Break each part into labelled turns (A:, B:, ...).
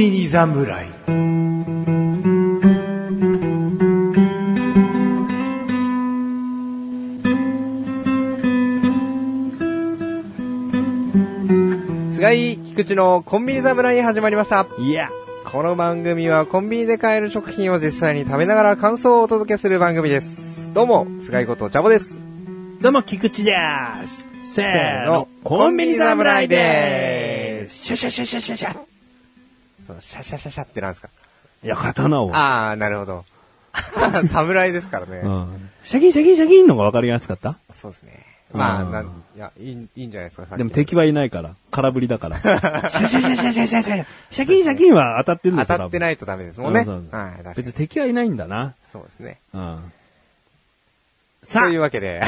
A: 侍
B: 菅井菊池のコンビニ侍始まりました。
C: いや、
B: この番組はコンビニで買える食品を実際に食べながら感想をお届けする番組です。どうも、菅井ことジャボです。
C: どうも、菊池です。せ
B: ー
C: ー
B: の
C: の、
B: コ
C: コ
B: ン
C: ン
B: ビ
C: ビ
B: ニ
C: ニ
B: 侍
C: 侍
B: で
C: で
B: ー
C: ーす。シャシャシャシャシャシャ。
B: そのシャシャシャシャってなんですか
C: いや、刀を。
B: あー、なるほど。 侍ですからね。
C: うん。シャキンシャキンシャキンの方が分かりやすかった
B: そうですね。まあ、
C: あー
B: なんいやいい、いいんじゃないですか、さっき
C: でも
B: の
C: 敵はいないから、空振りだ から。シャシャシャシャシャシャシャ。シャキンシャキンは当たってるん
B: 当
C: ですよ
B: たってないとダメですもんね。はい、確か
C: 別に
B: に。
C: 敵はいないんだな。
B: そうですね。
C: うん。
B: と
C: さあ
B: いうわけ で、
C: え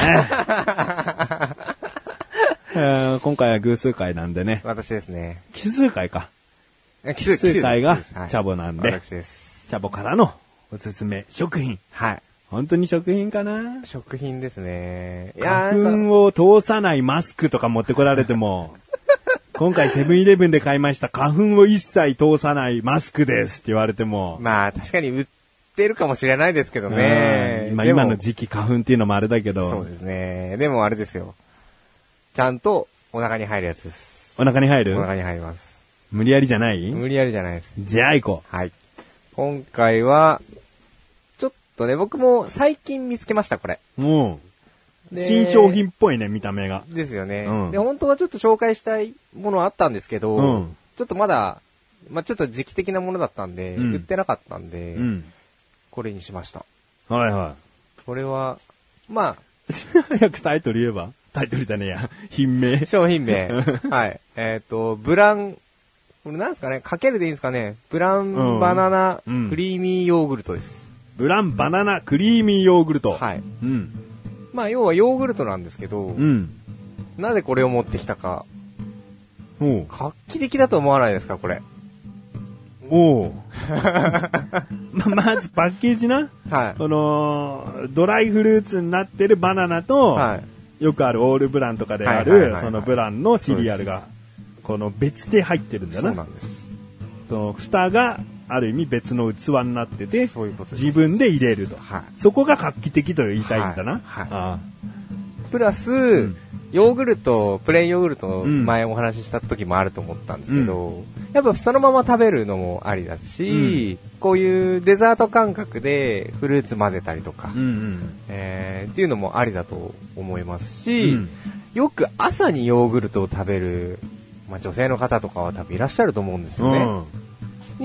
C: ー、今回は偶数回なんでね。
B: 私ですね。
C: 奇数回か。
B: 奇数
C: 奇数回が
B: 奇数ですはい
C: チャボなんで
B: 私です。
C: チャボからのおすすめ食品。
B: はい。
C: 本当に食品かな
B: 食品ですね。いーな
C: 花
B: んか
C: 粉を通さないマスクとか持ってこられて も、今回セブンイレブンで買いました花粉を一切通さないマスクですって言われても、
B: まあ、確かに売ってるかもしれないですけどね
C: う。んまあ
B: でも
C: 今の時期花粉っていうのもあれだ
B: そう
C: けど、
B: ですね。でもあれですよ。ちゃんとお腹に入るやつです。
C: お腹に入
B: お
C: る
B: 腹に入ります。
C: 無理やりじゃない
B: 無理やりじゃないです。
C: じゃあ行こ
B: はい。今回は、ちょっとね、僕も最近見つけました、これ。
C: う。もう、
B: で
C: 新商品っぽいね、見た目が。
B: ですよね、
C: うん
B: で、本当はちょっと紹介したいものあったんですけど、
C: うん
B: ちょっとまだ、まあちょっと時期的なものだったんで、
C: うん
B: 売ってなかったんで、
C: うん。
B: これにしました。
C: はいは
B: これは、ま
C: い。 早くタイトル言えばタイトルじゃねえ や。品名
B: あ、。商品名。 はい。えっ、と、ブラン、これなんですかねかけるでいいんですかねブランバナナ
C: うん
B: クリーミーヨーグルトです。
C: ブランバナナクリーミーヨーグルト。
B: はい。
C: うん。
B: まあ、要はヨーグルトなんですけど、
C: うん。
B: なぜこれを持ってきたか。
C: おう。
B: 画期的だと思わないですか、これ。
C: おう ま、まずパッケージな。
B: は
C: その、ドライフルーツになってるバナナと、
B: い。はい。
C: よくあるオールブランとかであ
B: はいはいはい
C: る
B: は、い
C: そのブランのシリアルが、この別で入ってるん
B: そ
C: だ
B: う
C: な。
B: な
C: そ
B: んです。
C: の蓋がある意味別の器になってて、
B: そういうことです
C: 自分で入れると。
B: はい。
C: そこが画期的と言いたいんだな。
B: はいはい
C: あ
B: プラス、
C: ん
B: ヨーグルト、プレーンヨーグルト、
C: うん
B: 前お話しした時もあると思ったんですけど、やっぱそのまま食べるのもありだし、こういうデザート感覚でフルーツ混ぜたりとか、
C: あうん
B: えーっていうのもありだと思います
C: う
B: し、
C: ん。
B: よく朝にヨーグルトを食べる、まあ、女性の方とかは多分いらっしゃると思うんです
C: う
B: よね。
C: ん。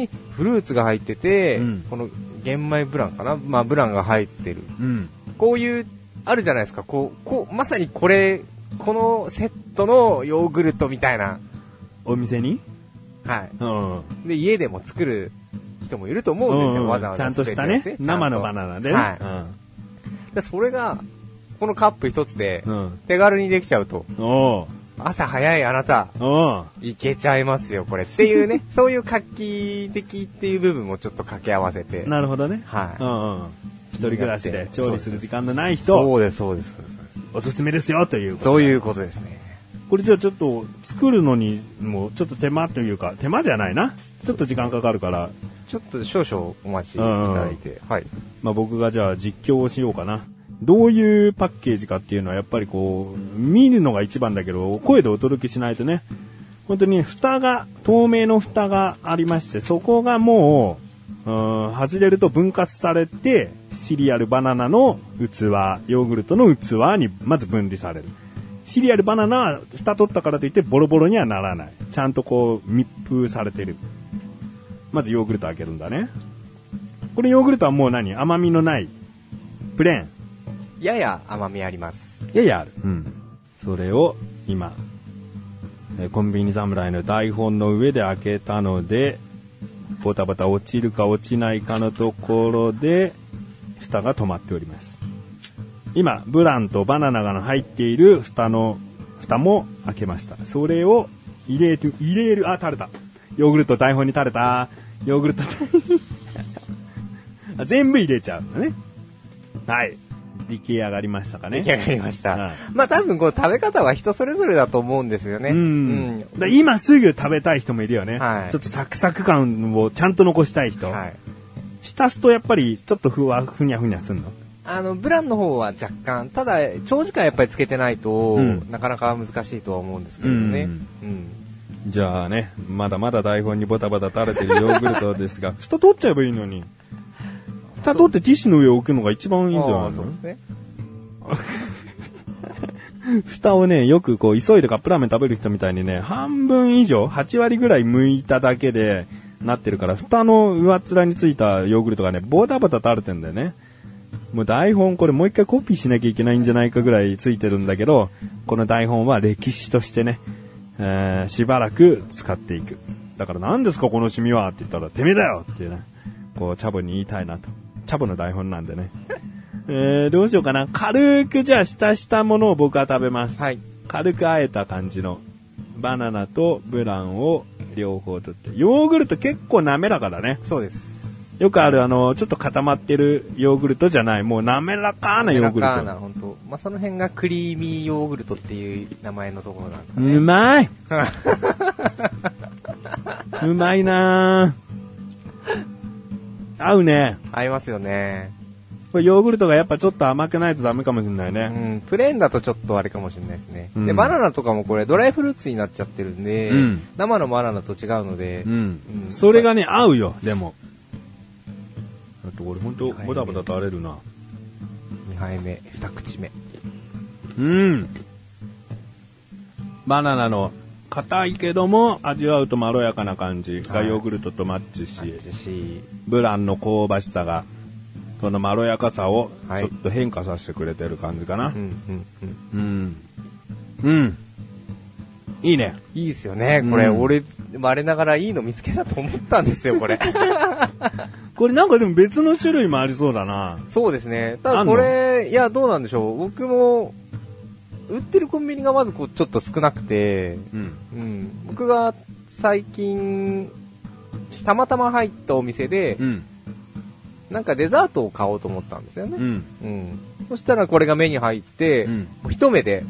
B: にフルーツが入ってて、
C: うん
B: この玄米ブランかな、まあ、ブランが入ってる
C: うん。
B: こういう、あるじゃないですか、こう、こう、まさにこれ、このセットのヨーグルトみたいな。
C: お店に
B: は
C: うん。
B: い。で、家でも作る人もいると思うんですよ、わざわざ。
C: ちゃんとしたね、生のバナナでね。
B: はナ。で、それが、このカップ一つで
C: う、ん。うん。
B: 手軽にできちゃうと、
C: おう。
B: 朝早いあなた、
C: おう。
B: いけちゃいますよ、これ。っていう ね、そういう画期的っていう部分もちょっと掛け合わせて。
C: なるほどね。
B: はい
C: うんうん。一人暮らしで調理する時間のない人、
B: そうです、そうです。そうです
C: おすすめですよということ。
B: そういうことですね。
C: これじゃあちょっと作るのにもちょっと手間というか、手間じゃないな。ちょっと時間かかるから、
B: ちょっと少々お待ちいただいて。はい。
C: まあ僕がじゃあ実況をしようかな。どういうパッケージかっていうのはやっぱりこう、見るのが一番だけど、声でお届けしないとね。本当に蓋が、透明の蓋がありまして、そこがもう、うーん、外れると分割されて、シリアルバナナの器、ヨーグルトの器にまず分離される。シリアルバナナは蓋取ったからといってボロボロにはならない。ちゃんとこう密封されてる。まずヨーグルト開けるんだね。これヨーグルトはもう何甘みのない。プレーン。
B: やや甘みあります。
C: ややある。うん。それを今、えーコンビニ侍の台本の上で開けたので、ボタボタ落ちるか落ちないかのところで、蓋が止まっております。今、ブランとバナナが入っている蓋の、蓋も開けました。それを入れる、入れる、あ、垂れた。ヨーグルト台本に垂れた。ヨー グルト台あ全部入れちゃうんだね。はい。出来上がりましたかね。
B: 出来上がりました。
C: はい
B: まあ多分こう食べ方は人それぞれだと思うんですよね。
C: うん。だ
B: う
C: から今すぐ食べたい人もいるよね。
B: はい
C: ちょっとサクサク感をちゃんと残したい人。
B: はい。
C: 浸すとやっぱりちょっとふわ、ふにゃふにゃすんの。
B: あの、ブランの方は若干、ただ、長時間やっぱりつけてないと、
C: うん
B: なかなか難しいとは思うんですけどね。
C: うん
B: うん
C: じゃあね、まだまだ台本にボタボタ垂れてるヨーグルトですが、 蓋取っちゃえばいいのに。蓋取ってティッシュの上を置くのが一番いいんじゃ
B: あ
C: ない
B: ーそう
C: の
B: ですね。
C: 蓋をね、よくこう、急いでカップラーメン食べる人みたいにね、半分以上、8割ぐらい剥いただけで、なってるから、蓋の上っ面についたヨーグルトがね、ボタボタ垂れてんだよね。もう台本これもう一回コピーしなきゃいけないんじゃないかぐらいついてるんだけど、この台本は歴史としてね、えーしばらく使っていく。だから何ですかこのシミはって言ったら、てめえだよっていうね、こう、チャボに言いたいなと。チャボの台本なんでね。えー、どうしようかな。軽くじゃあ浸したものを僕は食べます。
B: はい。
C: 軽くあえた感じのバナナとブランを両方取って。ヨーグルト結構滑らかだね。
B: そうです。
C: よくあるあの、ちょっと固まってるヨーグルトじゃない。もう滑らかなヨーグル
B: 中な、
C: ト。
B: 本当。まあ、その辺がクリーミーヨーグルトっていう名前のところなんですかね。
C: うま いうまいなぁ。合うね。
B: 合いますよね。
C: これヨーグルトがやっぱちょっと甘くないとダメかもしれないうね。
B: ん。プレーンだとちょっとあれかもしれないですね。
C: うん
B: で、バナナとかもこれドライフルーツになっちゃってるんで、
C: うん
B: 生のバナナと違うので、
C: うん
B: う。ん
C: それがね、合うよ、でも。だって俺ほんと、ボタボタ垂れるな。
B: 2杯目、2口目。
C: うん。バナナの硬いけども味わうとまろやかな感じが
B: はい
C: ヨーグルトとマッチし、
B: 味し、
C: ブランの香ばしさが、そのまろやかさを
B: は
C: ちょ
B: い
C: っと変化させてくれてる感じかな
B: うん、う。ん、うん。
C: うん。うん。いいね。
B: いいですよね、これ、
C: うん
B: 俺、我ながらいいの見つけたと思ったんですよ、こ れ。
C: これなんかでも別の種類もありそうだな。
B: そうですね。た
C: あ
B: だ
C: んの
B: これ、いや、どうなんでしょう。僕も、売ってるコンビニがまずこうちょっと少なくて、
C: うん。
B: うん。僕が最近、たまたま入ったお店で、
C: うん。
B: なんかデザートを買おうと思ったんですよ
C: う
B: ね。
C: ん。
B: うん。そしたらこれが目に入って、
C: うん
B: もう一目で、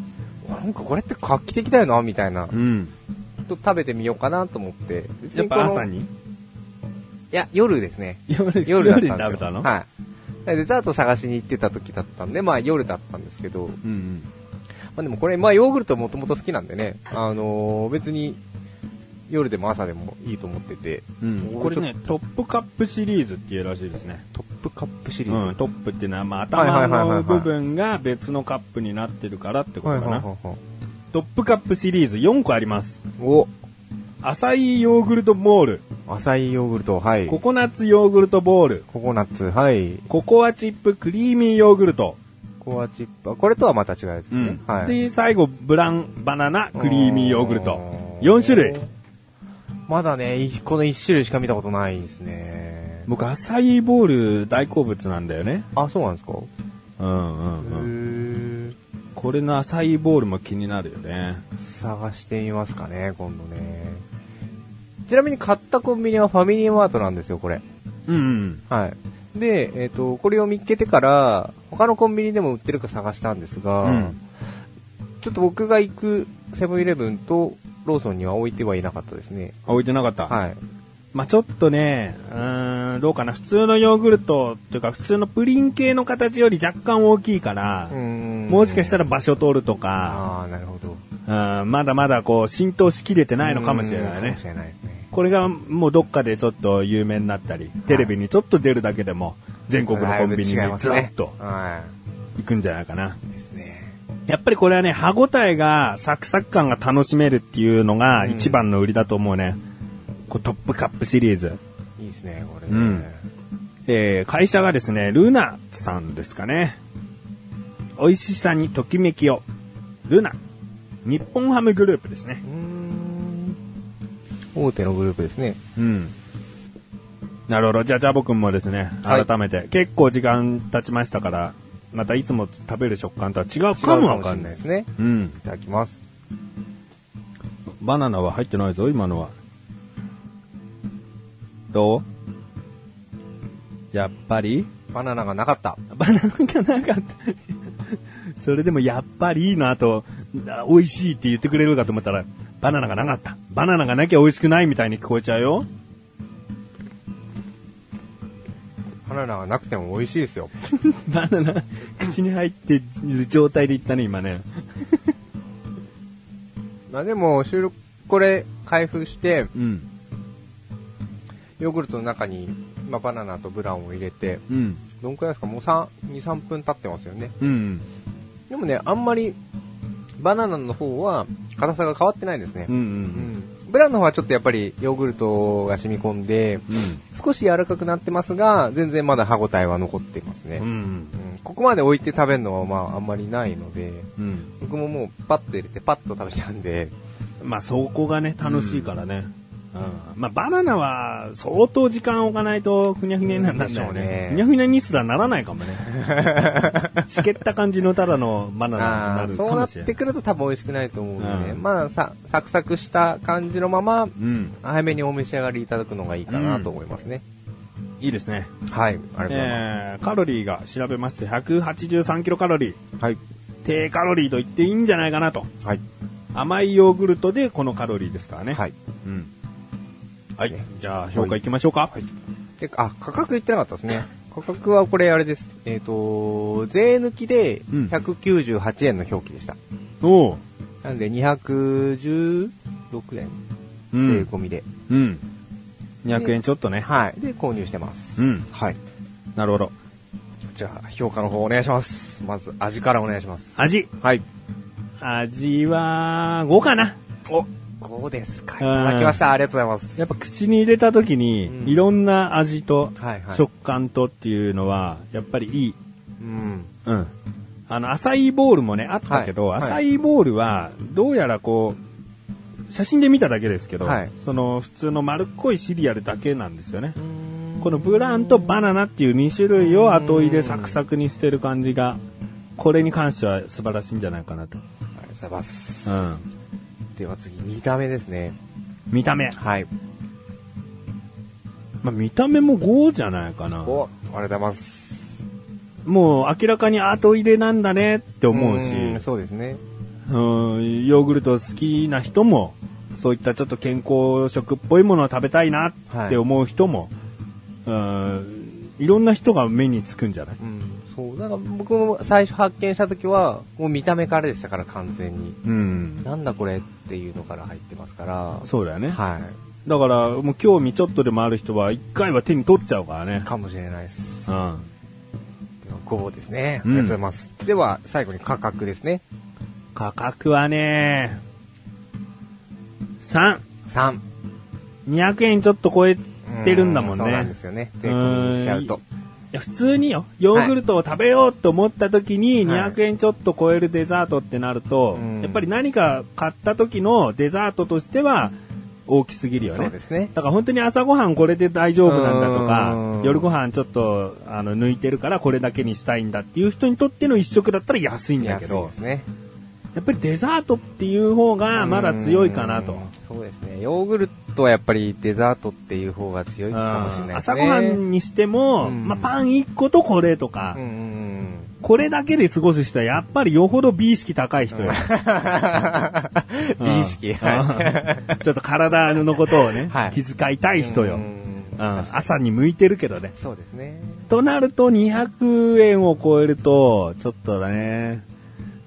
B: あなんかこれって画期的だよな、みたいな。ちょ
C: うん。
B: っと食べてみようかなと思って。別
C: やっ
B: にこ
C: ぱ
B: の
C: 朝に
B: いや、夜ですね。
C: 夜
B: 夜だったんで
C: に
B: すよ
C: 食べたの
B: はい。でデザート探しに行ってた時だったんで、まあ夜だったんですけど、ま
C: うん
B: あでもこれ、まあヨーグルトもともと好きなんでね、あのー別に夜でも朝でもいいと思ってて、
C: うん。うん。これね、トップカップシリーズっていうらしいですね。
B: トップカップシリーズ。
C: うん、トップっていうのは、まあ、
B: はいは
C: 頭
B: いはいはいは
C: の
B: い
C: 部分が別のカップになってるからってこと
B: はい
C: か
B: はいはい
C: な。
B: はい。
C: トップカップシリーズ4個あります。
B: お、
C: アサイーヨーグルトボール、
B: 浅いヨーグルト、はい。
C: コ
B: コ
C: コナッツヨーグルトボール、
B: コナッツ、はい。
C: ココアチップクリーミーヨーグルト。
B: コアチップ、これとはまた違うやつです
C: う
B: ね
C: ん。。
B: はい。
C: で、最後、ブラン、バナナ、クリーミーヨーグルト。4種類。。
B: まだね、いこの1種類しか見たことないですね。
C: 僕、アサイーボール大好物なんだよね。
B: あ、そうなんですか
C: うんうんうん。
B: へー
C: これのアサイーボールも気になるよね。
B: 探してみますかね、今度ね。ちなみに買ったコンビニはファミリーマートなんですよ、これ。
C: うんうん。
B: はい。で、えっ、と、これを見つけてから、他のコンビニでも売ってるか探したんですが、
C: うん
B: ちょっと僕が行くセブンイレブンとローソンには置いてはいなかったですね。
C: あ置いてなかった。
B: はい。
C: まあちょっとね、うーん、どうかな。普通のヨーグルトというか、普通のプリン系の形より若干大きいから、もしかした
B: ら、
C: ら場所取るとか、
B: ああ、なるほど。
C: うん、まだまだこう浸透しきれてないのかもしれない
B: うんかも
C: ね
B: し。れないですね。
C: これがもうどっかでちょっと有名になったり、テレビにちょっと出るだけでも、全国のコンビニにずらっと
B: は
C: 行くんじゃないかな。
B: い。ですね。
C: やっぱりこれはね、歯応えが、サクサク感が楽しめるっていうのが
B: うん
C: 一番の売りだと思うね。こうトップカップシリーズ。
B: いいですね、これ、
C: うんえー会社がですね、ルナさんですかね。美味しさにときめきを。ルナ。日本ハムグループですね
B: う。ーん。大手のグループですね。
C: うん。なるほど。じゃあ、ジャボくんもですね、
B: はい
C: 改めて、結構時間経ちましたから、またいつも食べる食感とは違うかもわかんない。
B: ですね。
C: うん。
B: いただきます。
C: バナナは入ってないぞ、今のは。どうやっぱり
B: バナナがなかった。
C: バナナがなかった。 それでもやっぱりいいの後、美味しいって言ってくれるかと思ったら、バナナがなかった。バナナがなきゃ美味しくないみたいに聞こえちゃうよ。
B: バナナがなくても美味しいですよ。
C: バナナ、口に入ってる状態で言ったね、今ね。
B: まあでも、収録、これ、開封して、
C: うん。
B: ヨーグルトの中に、まあ、バナナとブラウンを入れて、
C: うん。
B: どんくらいですかもう3、2、3分経ってますよね。
C: うん。
B: でもね、あんまり、バナナの方は、硬さが変わってないですね。
C: うん。う。
B: うんんブラウンの方はちょっとやっぱり、ヨーグルトが染み込んで、
C: うん。
B: 少し柔らかくなってますが、全然まだ歯応えは残ってますね。
C: う
B: うん
C: ん。
B: ここまで置いて食べるのはまああんまりないので、
C: うん。
B: 僕ももうパッと入れてパッと食べちゃうんで、
C: まあ、走行がね、楽しいからね。うんまあ、バナナは相当時間置かないとふにゃふにゃになるんだよ
B: でしょうね。
C: ねふにゃふにゃにすらならないかもね。 しけった感じのただのバナ
B: あ
C: ナ
B: あ
C: になるか
B: そうな
C: も
B: っ
C: しれな
B: て
C: い。
B: くると多分美味しくないと思うんで、ね
C: うん
B: まあさサクサクした感じのまま
C: うん。
B: 早めにお召し上がりいただくのがいいかなと思いますね、
C: いいですね。
B: はいありがとうございま
C: えー、カロリーが調べまして183キロカロリー。
B: す、はい
C: 低カロリーと言っていいんじゃないかなと。
B: はい
C: 甘いヨーグルトでこのカロリーですからね。
B: はい
C: うん。はい
B: ね。
C: じゃあ、評価いきましょうか。はい。
B: であ価格言ってなかったですね価格はこれあれですえっ、と税抜きで
C: うん
B: 198円の表記でした、
C: おう。
B: なんで216円
C: う
B: 税
C: ん。
B: 込みで、
C: うん。200円ちょっとね。
B: はいで購入してます
C: うん。
B: はい
C: なるほど。
B: じゃあ評価の方お願いしますまず味からお願いします
C: 味。
B: はい
C: 味は、5かな。
B: お、こうですか。い
C: うん
B: ただきました。ありがとうございます。
C: やっぱ口に入れた時に、
B: うん
C: いろんな味と、
B: はいはい。
C: 食感とっていうのは、やっぱりいい。
B: うん。
C: うん。あの、アサイーボールもね、あったけど、
B: はいはい
C: アサイーボールは、どうやらこう、写真で見ただけですけど、
B: はい
C: その、普通の丸っこいシリアルだけなんですよね。
B: こ
C: この
B: の
C: ブランとバナナっていう2種類を後入
B: う
C: れ
B: ん
C: サクサクにしてる感じが、これに関しては素晴らしいんじゃないかなと。
B: ありがとうございます。
C: うん。
B: では次、見た目ですね。
C: 見た目。
B: はい。
C: まあ、見た目も5じゃないかな。
B: お、ありがとうございます。
C: もう明らかに後入れなんだねって思うし、
B: んそうですね。
C: うん、ヨーグルト好きな人も、そういったちょっと健康食っぽいものを食べたいなって思う人も、うん、いろんな人が目につくんじゃない
B: うん。そう。なんか僕も最初発見した時は、もう見た目からでしたから、完全に。
C: うん。
B: なんだこれっていうのから入ってますから。
C: そうだよね。
B: はい。
C: だから、もう興味ちょっとでもある人は、一回は手に取っちゃうからね。
B: かもしれないです。
C: う
B: で
C: ん。
B: は5ですね。あ
C: う
B: り
C: ん
B: がとうございます。では、最後に価格ですね。
C: 価格はね、3、
B: 3。
C: 200円ちょっと超えてるんだもん
B: うそう
C: ね。
B: なんですよね。税込みにしちゃうと。
C: いや普通によ、ヨーグルトを食べようと思った時に
B: はい
C: 200円ちょっと超えるデザートってなると、
B: うん
C: やっぱり何か買った時のデザートとしては大きすぎるよ
B: そう
C: ね
B: で。すね。
C: だから本当に朝ごはんこれで大丈夫なんだと
B: う
C: か
B: ん、
C: 夜ご飯ちょっとあの抜いてるからこれだけにしたいんだっていう人にとっての一食だったら安いんだ
B: 安
C: け
B: い
C: ど
B: で、すね。
C: やっぱりデザートっていう方がまだ強いかな
B: う
C: と
B: ん。。そうですね。ヨーグルトはやっぱりデザートっていう方が強いかもしれないです
C: 朝
B: ね。
C: ごはんにしても、
B: うん
C: まあ、パン1個とこれとか、
B: うんうん
C: これだけで過ごす人はやっぱりよほど美意識高い 人よ。
B: うん。 美意識。は
C: はい。ちょっと体のことをね、
B: はい
C: 気遣いたい
B: い。
C: 人よ
B: うん。
C: うん朝に向いてるけどね。
B: そうですね。
C: となると200円を超えると、ちょっとだね。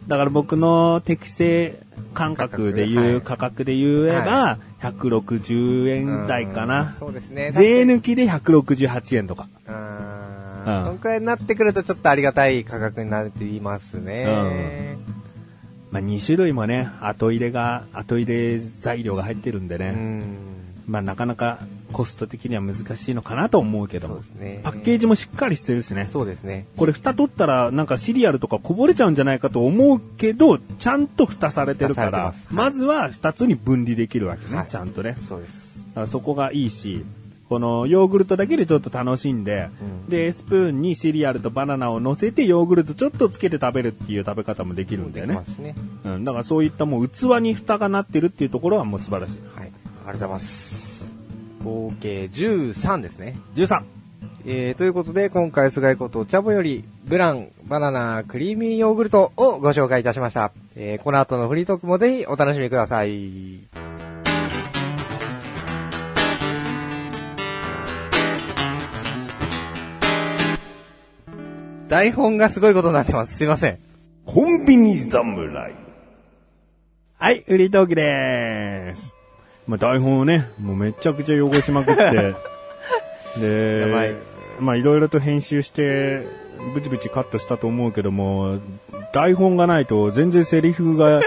C: だから僕の適正感覚で言う、価
B: 価
C: 格で言えば、160円台か
B: うん
C: な。
B: そうですね。
C: 税抜きで168円とか。
B: あ
C: うん
B: ーそんくらいになってくるとちょっとありがたい価格になると言いますね。
C: まあ2種類もね、後入れが、後入れ材料が入ってるんで
B: う
C: ね。
B: ん。
C: まあなかなかコスト的には難しいのかなと思うけど
B: そう
C: も
B: で。すね。
C: パッケージもしっかりしてるしね。
B: そうですね。
C: これ蓋取ったらなんかシリアルとかこぼれちゃうんじゃないかと思うけど、ちゃんと蓋されてるか
B: 蓋さ
C: ら、
B: れてます
C: まずは二つに分離できるわけね、
B: はい
C: ちゃんとね。
B: そうです。
C: だからそこがいいし、このヨーグルトだけでちょっと楽しんで、
B: うん
C: で、スプーンにシリアルとバナナを乗せてヨーグルトちょっとつけて食べるっていう食べ方もできるん
B: で
C: だよ
B: き
C: ね
B: ま。すね。
C: うん、だからそういったもう器に蓋がなってるっていうところはもう素晴らしい。
B: はい。ありがとうございます。合計13ですね。
C: 13!
B: えーということで、今回、菅井ことお茶ぼより、ブラン、バナナ、クリーミーヨーグルトをご紹介いたしました。えーこの後のフリートークもぜひお楽しみください。台本がすごいことになってます。すいません。
C: コンビニ侍。はい、売りトークでーす。まあ、台本をね、もうめちゃくちゃ汚しまく って、で、
B: やばい
C: まあ、いろいろと編集して、ブチブチカットしたと思うけども、台本がないと全然セリフが、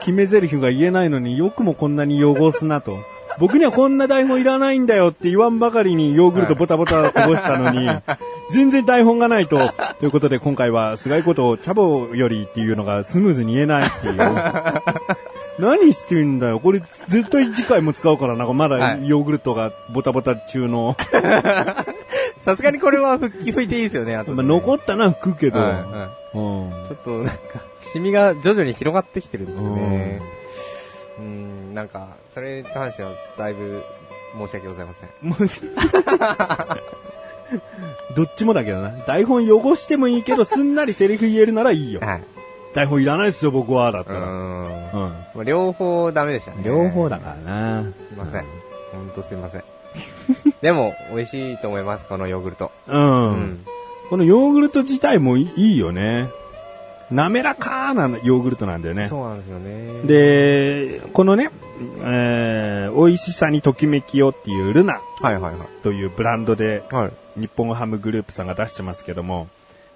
C: 決め台詞が言えないのによくもこんなに汚すなと。僕にはこんな台本いらないんだよって言わんばかりにヨーグルトボタボタこぼしたのに、全然台本がないと。ということで今回は菅井ことチャボよりっていうのがスムーズに言えないっていう。何してんだよ。これずっと次回も使うからなんかまだ
B: はい
C: ヨーグルトがボタボタ中の。
B: さすがにこれは復帰吹いていいですよね、あとで
C: まあ
B: ね、
C: 残ったのは吹くけど。
B: はいはい
C: うん。
B: ちょっとなんか、シミが徐々に広がってきてるんですよね。うん、なんか、それに関してはだいぶ申し訳ございません。
C: もうどっちもだけどな。台本汚してもいいけど、すんなりセリフ言えるならいいよ。
B: はい。
C: 台本いらないですよ、僕は、だった
B: うん
C: ら。うん。
B: まあ。両方ダメでしたね。
C: 両方
B: だ。
C: だからな。
B: すいません。ほんとすいません。 でも、美味しいと思います、このヨーグルト。
C: うん。
B: うん。
C: このヨーグルト自体もいいいよね。滑らかなヨーグルトなんだよね。
B: そうなんですよね。、
C: で、このね、えー、美味しさにときめきよっていうルナ
B: はいはいは
C: というブランドで
B: い。はい。
C: 日本ハムグループさんが出してますけども、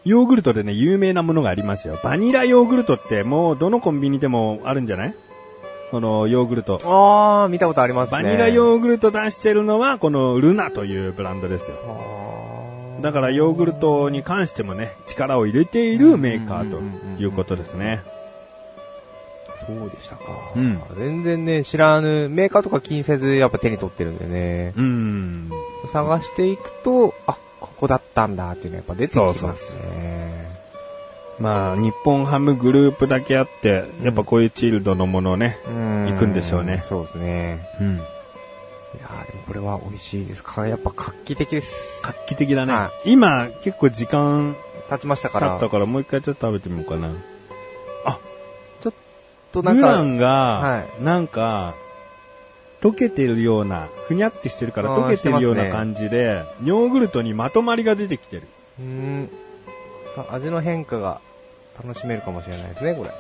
C: ヨーグルトでね、有名なものがありますよ。バニラヨーグルトってもうどのコンビニでもあるんじゃないこのヨーグルト。
B: あー、見たことありますね。
C: バニラヨーグルト出してるのはこのルナというブランドですよ。
B: あー
C: だからヨーグルトに関してもね、力を入れているメーカ
B: うんうんうんうん
C: ーということですね。
B: そうでしたか。
C: うん
B: 全然ね、知らぬ、メーカーとか気にせずやっぱ手に取ってるんでね。
C: うん。
B: 探していくと、あ、ここだったんだっていうのがやっぱ出てきますね。
C: そうそまあ、日本ハムグループだけあって、やっぱこういうチルドのものをね。
B: うん
C: 行くんでしょうね
B: そうですね。
C: うん。
B: いやーでもこれは美味しいですか。やっぱ画期的です。
C: 画期的だね。
B: は
C: 今、結構時間
B: 経ちましたから、
C: 経っ
B: ち
C: た
B: ょっ
C: からもう一回ちょっと食べてみようかな。
B: とな
C: ブ
B: ん
C: ラ
B: か、
C: ンが、
B: は
C: なんか、溶けてるような、ふにゃってしてるから
B: あー
C: 溶けてるよう
B: してます
C: な
B: ね
C: 感じで、ヨーグルトにまとまりが出てきてる。
B: うーん、あ味の変化が楽しめるかもしれないですね、これ。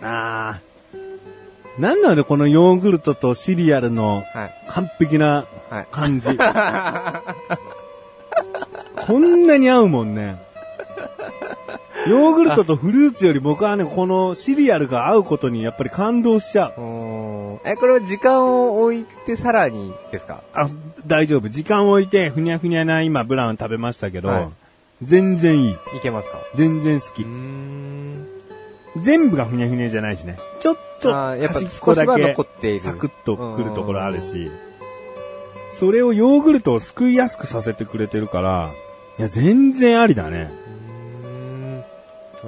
C: あー。なんなのこのヨーグルトとシリアルの
B: はい。
C: 完璧な
B: はい。
C: 感 じ。こんなに合うもんね。ヨーグルトとフルーツより僕はね、このシリアルが合うことにやっぱり感動しちゃう。
B: うーん。え、これは時間を置いてさらにですか
C: あ、大丈夫。時間を置いて、ふにゃふにゃな今、ブラウン食べましたけど、
B: はい
C: 全然いい。
B: いけますか
C: 全然好
B: うー
C: き。
B: ん。
C: 全部がふにゃふにゃじゃないしね。ちょっと、
B: あーやっぱ
C: 端っこだ
B: 少しは
C: け
B: 残っている
C: サクッとくるところあるし、それをヨーグルトをすくいやすくさせてくれてるから、いや、全然ありだね。
B: うーん。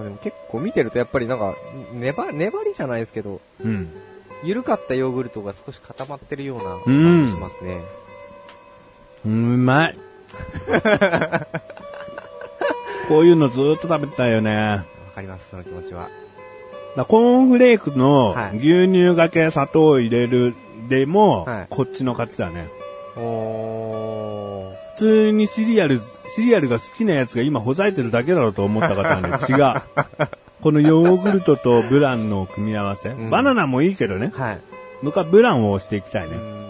B: でも結構見てるとやっぱりなんか、粘、粘りじゃないですけど、
C: うん。
B: 緩かったヨーグルトが少し固まってるような
C: うん
B: 感じしますね。
C: うんうま い。こういうのずーっと食べたいよね。
B: わかります、その気持ちは。
C: だからコーンフレークの
B: はい
C: 牛乳がけ砂糖を入れるでも、
B: はい
C: こっちの勝ちだね。
B: おー。
C: 普通にシリアル、シリアルが好きなやつが今ほざいてるだけだろうと思った方なんで違う。 このヨーグルトとブランの組み合わせ。
B: ん
C: バナナもいいけどね。
B: はい。
C: 僕はブランを押していきたいうね。
B: ん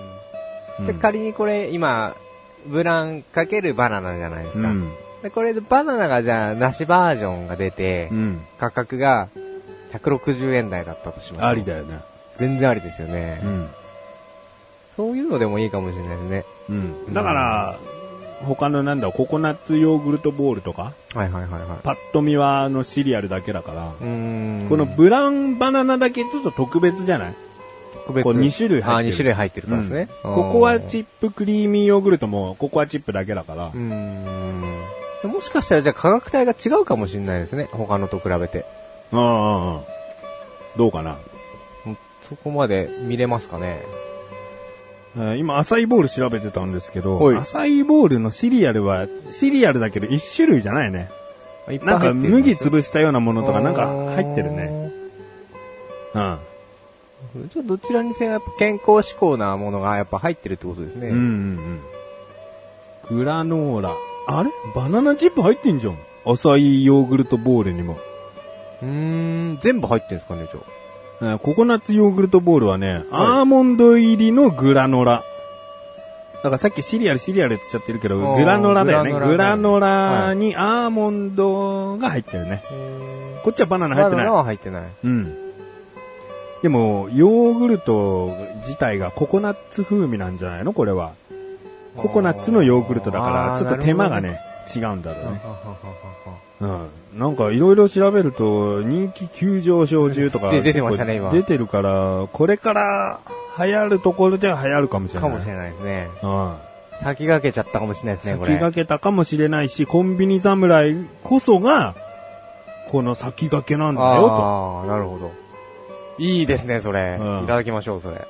C: うん
B: で、仮にこれ今、ブランかけるバナナじゃないです
C: う
B: か。
C: ん。
B: で、これでバナナがじゃあ、なしバージョンが出て、
C: うん。
B: 価格が160円台だったとします。
C: あり。だよね。
B: 全然ありですよね、
C: うん。
B: そういうのでもいいかもしれないですね。
C: うん。だから、他のなんだ、ココナッツヨーグルトボールとか、
B: はいはいはいはい。
C: パッと見はあのシリアルだけだから、
B: うーん
C: このブランバナナだけちょっと特別じゃない
B: 特別
C: こう2種類
B: あ
C: 入ってる
B: ー、2種類入ってるからですね。
C: うんココア
B: ッ
C: チップクリーミーヨーグルトもココアチップだけだから
B: うー、ん。もしかしたらじゃあ価格帯が違うかもしれないですね。他のと比べて。
C: うんうんうんどうかな
B: そこまで見れますかね。
C: えー今、アサイーボール調べてたんですけ
B: は
C: ど、
B: い
C: アサイーボールのシリアルは、シリアルだけど一種類じゃないね。
B: いっぱい
C: なん
B: 入
C: か
B: ってる
C: 麦潰したようなものとか
B: あー
C: なんか入ってるね。。うん。
B: ちょっとどちらにせよ、やっぱ健康志向なものがやっぱ入ってるってことですね。
C: うんうんうん。グラノーラ。あれバナナチップ入ってんじゃん。アサイーヨーグルトボールにも。
B: うーん、全部入ってるんですかね、じゃ
C: えーココナッツヨーグルトボールはね、アーモンド入りのグラノラ。だからさっきシリアルシリアルって言っちゃってるけど、
B: あー
C: グラノラだよね。
B: グ
C: グラ
B: ラ
C: ノ
B: ノ
C: ラにアーモンドが入ってるね。
B: あ。へ
C: こっちはバナナ
B: ー
C: 入っ
B: バ
C: て
B: ナ
C: ない
B: ナ。は入ってない。
C: うん。でも、ヨーグルト自体がココナッツ風味なんじゃないのこれは。ココナッツのヨーグルトだから、
B: あー
C: ちょっと手間が。
B: なる
C: ね、違うんだ
B: ほ
C: ろう
B: どね
C: ね。うん。なんかいろいろ調べると、人気急上昇中とか。
B: で出てましたね
C: 結構
B: 今
C: 出てるから、これから流行るところじゃ流行るかもしれな
B: か
C: い。
B: もしれないですね。
C: うん。
B: 先駆けちゃったかもしれないですね、こ
C: 先
B: れ。
C: 駆けたかもしれないし、コンビニ侍こそが、この先駆けなんだよ、と。
B: ああ、なるほど。いいですね、それ。
C: うん
B: いただきましょう、そ れ。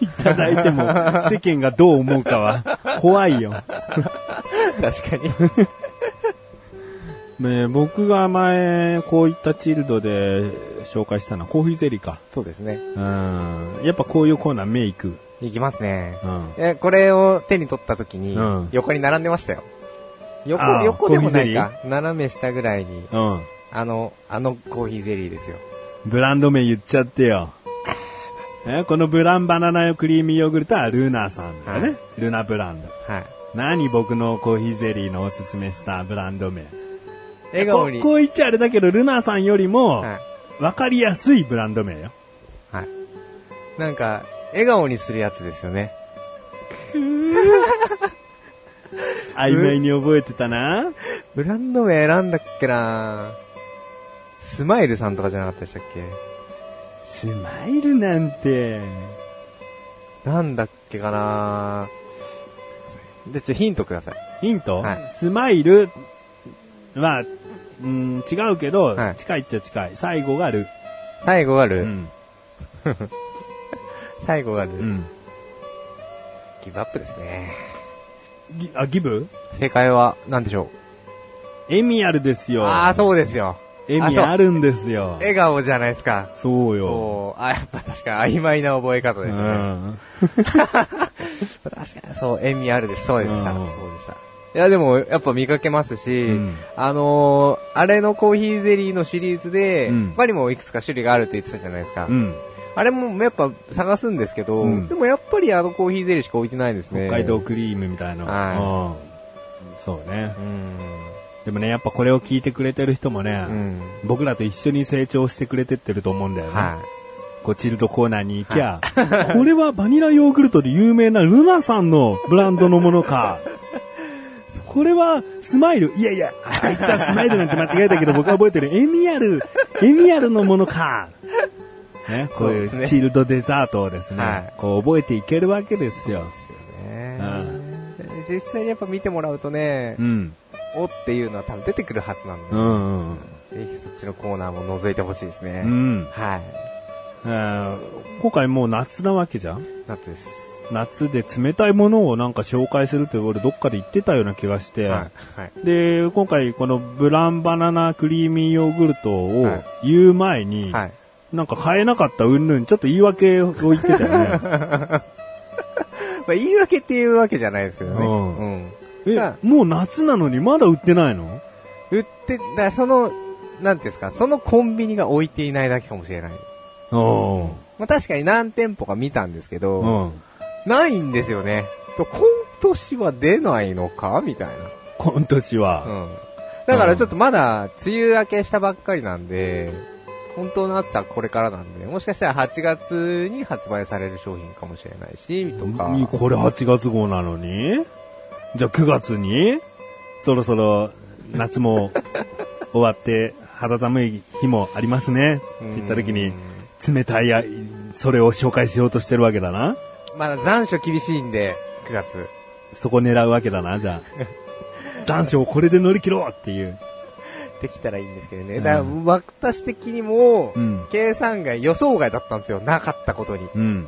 C: いただい ても世間がどう思うかは怖いよ。
B: 確かに。
C: ね、僕が前こういったチルドで紹介したのはコーヒーゼリーか。
B: そうですね。
C: うん。やっぱこういうコーナーメイク。
B: いきますね。
C: うん。
B: え、これを手に取った時に
C: うん、
B: 横に並んでましたよ。横
C: あー、
B: 横でもないか。斜め下ぐらいに、
C: うん。
B: あの、あのコーヒーゼリーですよ。
C: ブランド名言っちゃって よ。えこのブランバナナクリーミーヨーグルトはルナさんだよね。
B: はい
C: ルナブランド。
B: はい。
C: 何僕のコーヒーゼリーのおすすめしたブランド名。
B: 笑顔に。
C: ここう言っちゃあれだけど、ルナさんよりも
B: は、
C: わかりやすいブランド名よ。
B: い。はい。なんか、笑顔にするやつですよね。
C: 曖昧に覚えてたな。
B: ブランド名選んだっけなスマイルさんとかじゃなかったでしたっけ
C: スマイルなんて。
B: なんだっけかなじゃあちょっとヒントください。
C: ヒント、
B: はい
C: スマイルは、うん、違うけど、
B: はい
C: 近いっちゃ近い。最後がル。
B: 最後がル、
C: うん。
B: 最後がル、
C: うん。
B: ギブアップですね。
C: ぎあ、ギブ
B: 正解は何でしょ
C: エミアルです
B: う
C: よ。
B: ああ、そうですよ。
C: エミあるんですよ。
B: 笑顔じゃないですか。
C: そうよ。
B: そう、あ、やっぱ確かに曖昧な覚え方
C: う
B: でしたね。
C: ん。
B: 確かに。そう、笑みあるです。そうでした。
C: うん
B: そうでした。いや、でも、やっぱ見かけますし、
C: うん
B: あのーあれのコーヒーゼリーのシリーズで、
C: うん
B: 他にもいくつか種類があるって言ってたじゃないですか。
C: うん。
B: あれもやっぱ探すんですけど、
C: うん
B: でもやっぱりあのコーヒーゼリーしか置いてないですね。
C: 北海道。クリームみたいな。
B: は
C: うん。そうね
B: う。ん。
C: でもね、やっぱこれを聞いてくれてる人もね、
B: うん。
C: 僕らと一緒に成長してくれてってると思うんだよね。
B: は
C: こうチルドコーナーに行きゃ、これはバニラヨーグルトで有名なルナさんのブランドのも のか。これはスマイル。いやいや、あいつはスマイルなんて間違えた けど僕は覚えてる。エミアル、エミアルのものか。ね、こうい
B: そう
C: う
B: ですね
C: チルドデザートをですね、
B: はい
C: こう覚えていけるわけですよ
B: い。。ですよね。実際にやっぱ見てもらうとね
C: う、ん。
B: おっていうのは多分出てくるはずなんで
C: う、んうん
B: ぜひそっちのコーナーも覗いてほしいですね。
C: うん。うん。
B: はい。
C: えー今回もう夏なわけじゃん
B: 夏です。
C: 夏で冷たいものをなんか紹介するって俺どっかで言ってたような気がして、
B: はい。はい。
C: で、今回このブランバナナクリーミーヨーグルトを
B: はい
C: 言う前に、
B: はい。
C: なんか買えなかったうんぬん、ちょっと言い訳を言ってたよ ね。
B: まあ、言い訳っていうわけじゃないですけどね。
C: うん
B: うん。
C: え
B: は、
C: もう夏なのにまだ売ってないの
B: 売って、だからその、なんていうんですか、そのコンビニが置いていないだけかもしれない。
C: う
B: まあ、確かに何店舗か見たんですけど、
C: ん。うん。
B: ないんですよね。と今年は出ないのかみたい
C: 今年
B: な。
C: は。
B: うん。だからちょっとまだ、梅雨明けしたばっかりなんで、本当の暑さはこれからなんで、もしかしたら8月に発売される商品かもしれないし、とか。
C: にこれ8月号なのにじゃあ9月にそろそろ夏 も終わって肌寒い日もありますね。って言った時
B: う
C: に
B: ん、
C: 冷たいや、それを紹介しようとしてるわけだな。
B: まだ残暑厳しいんで、9月。
C: そこ狙うわけだな、じゃ あ。残暑をこれで乗り切ろうっていう。
B: できたらいいんですけど
C: う
B: ね。
C: ん
B: だから、私的にも、
C: うん
B: 計算外、予想外だったんですよ。なかったことに。
C: うん。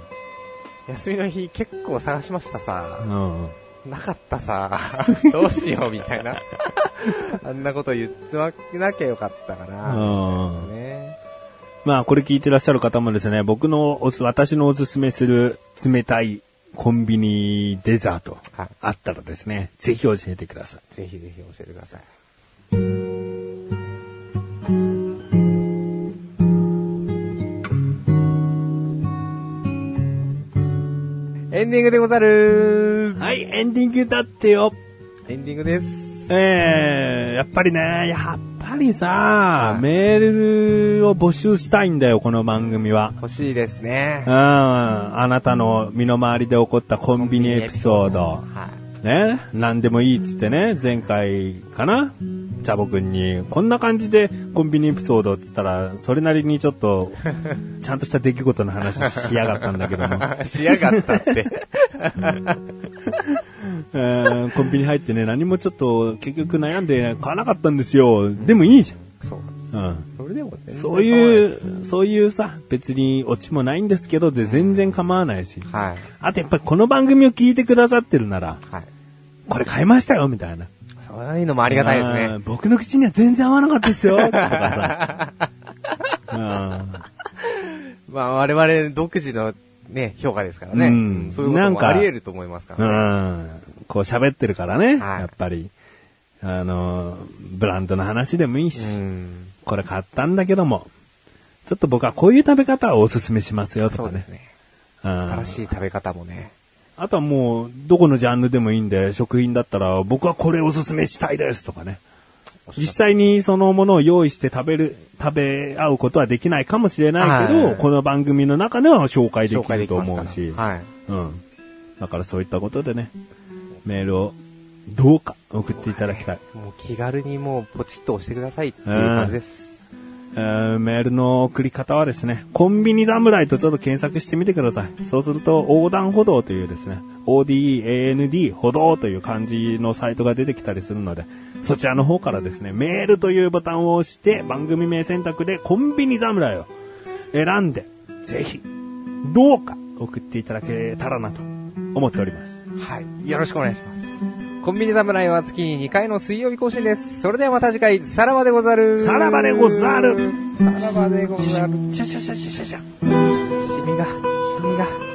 B: 休みの日結構探しましたさ。
C: うん。
B: なかったさ。 どうしようみたいな。あんなこと言ってなきゃよかったかな。
C: うん
B: ね。
C: まあ、これ聞いてらっしゃる方もですね、僕のおす、私のおすすめする冷たいコンビニデザート、
B: はい
C: あったらですね、ぜひ教えてください。
B: ぜひぜひ教えてください。エンディングでござる
C: はい、エンディングだってよ。
B: エンディングです。
C: えー、やっぱりね、やっぱりさ、
B: はい
C: メールを募集したいんだよ、この番組は。
B: 欲しいですね
C: うん、。あなたの身の回りで起こったコンビニエピソード。
B: はい。
C: ね、何でもいいっつってね、前回かな、チャボくんに、こんな感じでコンビニエピソードっつったら、それなりにちょっと、ちゃんとした出来事の話しやがったんだけども、
B: しやがった って。
C: えーコンビニ入ってね、何もちょっと結局悩んで買わなかったんですよ。でもいいじ
B: そう。
C: ゃん。うん。
B: それでも全然
C: そう
B: 構わ
C: いう、そういうさ、別にオチもないんですけど、で全然構わないし。
B: ない。はい。
C: あとやっぱりこの番組を聞いてくださってるなら、
B: はい。
C: これ買いましたよ、みたいな。
B: そういうのもありがたいです
C: あー
B: ね。
C: 僕の口には全然合わなかっ たですよ、とかさ。
B: まあ我々独自のね、評価ですからね。
C: うん
B: そういうこと
C: なん
B: も
C: か
B: あり得ると思いますか
C: う
B: ら。
C: ん。うん。こう喋ってるからね、
B: はい
C: やっぱり。あのー、ブランドの話でもいいし、
B: うん。
C: これ買ったんだけども、ちょっと僕はこういう食べ方をおすすめしますよ、と
B: そ
C: か
B: うで
C: ね
B: す。ね。
C: うん
B: 新しい食べ方もね。
C: あとはもう、どこのジャンルでもいいんで、食品だったら、僕はこれおすすめしたいですとかね。実際にそのものを用意して食べる、食べ合うことはできないかもしれないけど、
B: はい
C: この番組の中では紹介で
B: 紹
C: き
B: 介
C: る
B: でき
C: と
B: ます
C: 思
B: か
C: う
B: ら
C: し、
B: はい。
C: うん。だからそういったことでね、メールをどうか送っていただきたい。
B: もう気軽にもうポチッと押してくださいっていう感じです。
C: えーメールの送り方はですね、コンビニ侍とちょっと検索してみてください。そうすると、横断歩道というですね、ODAND 歩道という漢字のサイトが出てきたりするので、そちらの方からですね、メールというボタンを押して、番組名選択でコンビニ侍を選んで、ぜひ、どうか送っていただけたらなと思っております。
B: はい。よろしくお願いします。コンビニ侍は月に2回の水曜日更新です。それではまた次回、さらばでござる。
C: さらばでござる。
B: さらばでご
C: シ
B: ざる。
C: ャシャシャシャシャシャシャ
B: シミが、シミが。